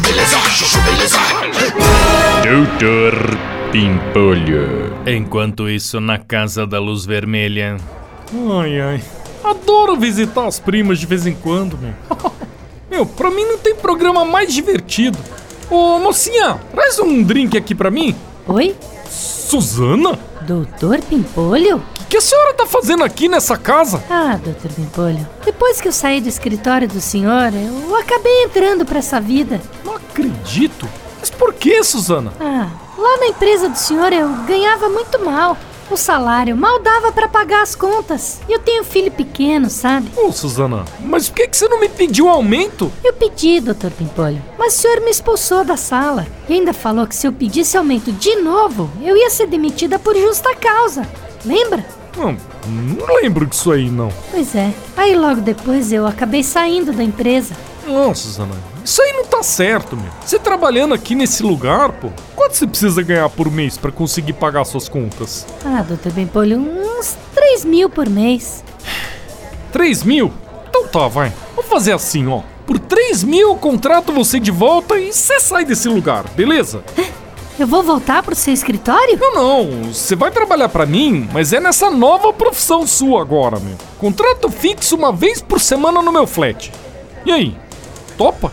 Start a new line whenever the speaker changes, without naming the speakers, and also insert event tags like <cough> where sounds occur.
Beleza, chuchu, beleza.
Doutor Pimpolho.
Enquanto isso, na Casa da Luz Vermelha.
Ai, ai. Adoro visitar as primas de vez em quando, meu. <laughs> meu, pra mim não tem programa mais divertido. Ô, mocinha, traz um drink aqui pra mim.
Oi?
Suzana?
Doutor Pimpolho?
O que a senhora tá fazendo aqui nessa casa?
Ah, doutor Pimpolho, depois que eu saí do escritório do senhor, eu acabei entrando pra essa vida.
Não acredito. Mas por que, Suzana?
Ah, lá na empresa do senhor eu ganhava muito mal. O salário mal dava pra pagar as contas. E eu tenho um filho pequeno, sabe?
Ô, Suzana, mas por que, que você não me pediu aumento?
Eu pedi, doutor Pimpolho, mas o senhor me expulsou da sala. E ainda falou que se eu pedisse aumento de novo, eu ia ser demitida por justa causa. Lembra?
Não, não lembro disso aí, não.
Pois é. Aí logo depois eu acabei saindo da empresa.
Não, Suzana, isso aí não tá certo, meu. Você trabalhando aqui nesse lugar, pô, quanto você precisa ganhar por mês pra conseguir pagar suas contas?
Ah, doutor Pimpolho, uns 3 mil por mês.
3 mil? Então tá, vai. Vamos fazer assim, ó. Por 3 mil eu contrato você de volta e você sai desse lugar, beleza?
Eu vou voltar pro seu escritório?
Não, não. Você vai trabalhar pra mim, mas é nessa nova profissão sua agora, meu. Contrato fixo uma vez por semana no meu flat. E aí? Topa?